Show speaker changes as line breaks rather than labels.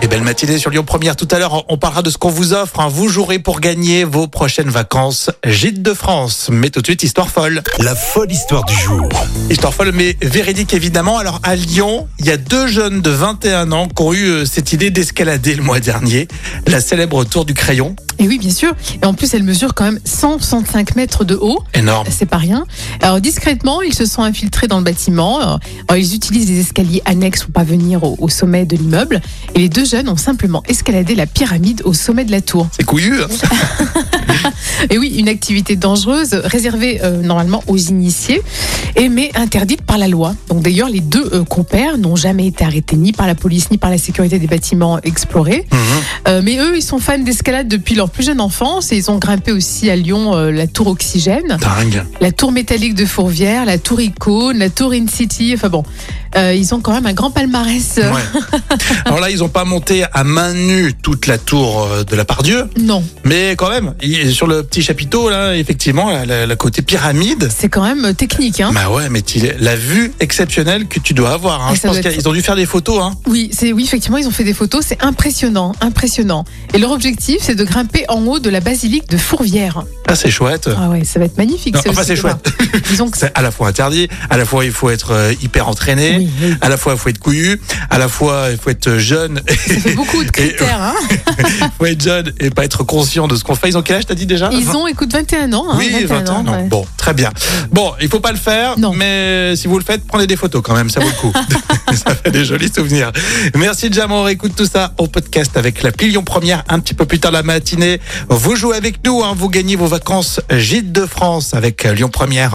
Et belle matinée sur Lyon Première. Tout à l'heure, on parlera de ce qu'on vous offre. hein. Vous jouerez pour gagner vos prochaines vacances Gîte de France. Mais tout de suite, histoire folle.
La folle histoire du jour.
Histoire folle, mais véridique évidemment. Alors à Lyon, il y a deux jeunes de 21 ans qui ont eu euh, cette idée d'escalader le mois dernier la célèbre tour du crayon.
Et Eh oui, bien sûr. Et en plus, elle mesure quand même 165 mètres de haut.
Énorme.
C'est pas rien. Alors, discrètement, ils se sont infiltrés dans le bâtiment. Alors, ils utilisent des escaliers annexes pour pas venir au, au sommet de l'immeuble. Et les deux jeunes ont simplement escaladé la pyramide au sommet de la tour.
C'est couillu. hein.
Et oui, une activité dangereuse réservée euh, normalement aux initiés, et mais interdite par la loi. Donc d'ailleurs, les deux euh, compères n'ont jamais été arrêtés ni par la police ni par la sécurité des bâtiments explorés. Euh, mais eux, ils sont fans d'escalade depuis leur plus jeune enfance et ils ont grimpé aussi à Lyon euh, la tour Oxygène,
Dingue.
la tour métallique de Fourvière, la tour Icône, la tour In City. Enfin bon, euh, ils ont quand même un grand palmarès. euh,
Ouais. Alors là, ils n'ont pas monté à main nue toute la tour euh, de la Pardieu,
Non,
mais quand même, il- sur le petit chapiteau, là, effectivement, la- la- le côté pyramide,
c'est quand même euh, technique. Hein.
Bah ouais, mais t'il- la vue exceptionnelle que tu dois avoir. Hein.
Et
Je
Ah, ça
pense
doit être-
qu'ils ont dû faire des photos. Hein.
Oui, c'est oui, effectivement, ils ont fait des photos, c'est impressionnant, impressionnant. Et leur objectif, c'est de grimper en haut de la basilique de Fourvière.
Ah, c'est chouette.
Ah ouais, ça va être magnifique.
Non,
ça
enfin,
aussi,
c'est
de
chouette.
voir. Disons que
C'est à la fois interdit, à la fois il faut être euh, hyper entraîné,
Oui, oui.
à la fois il faut être couillu, à la fois il faut être jeune,
ça fait beaucoup de
euh,
critères. hein.
il faut être jeune et pas être conscient de ce qu'on fait. Ils ont quel âge t'as dit déjà
Ils
20?
ont, écoute, 21 ans. hein,
Oui, 20 ans. non.
ouais.
Bon, très bien. Bon, il faut pas le faire,
Non.
mais si vous le faites, prenez des photos quand même, ça vaut le coup. ça fait des jolis souvenirs. Merci Jam, on réécoute tout ça au podcast avec la Lyon Première un petit peu plus tard la matinée. Vous jouez avec nous, hein, vous gagnez vos vacances Gîte de France avec Lyon Première.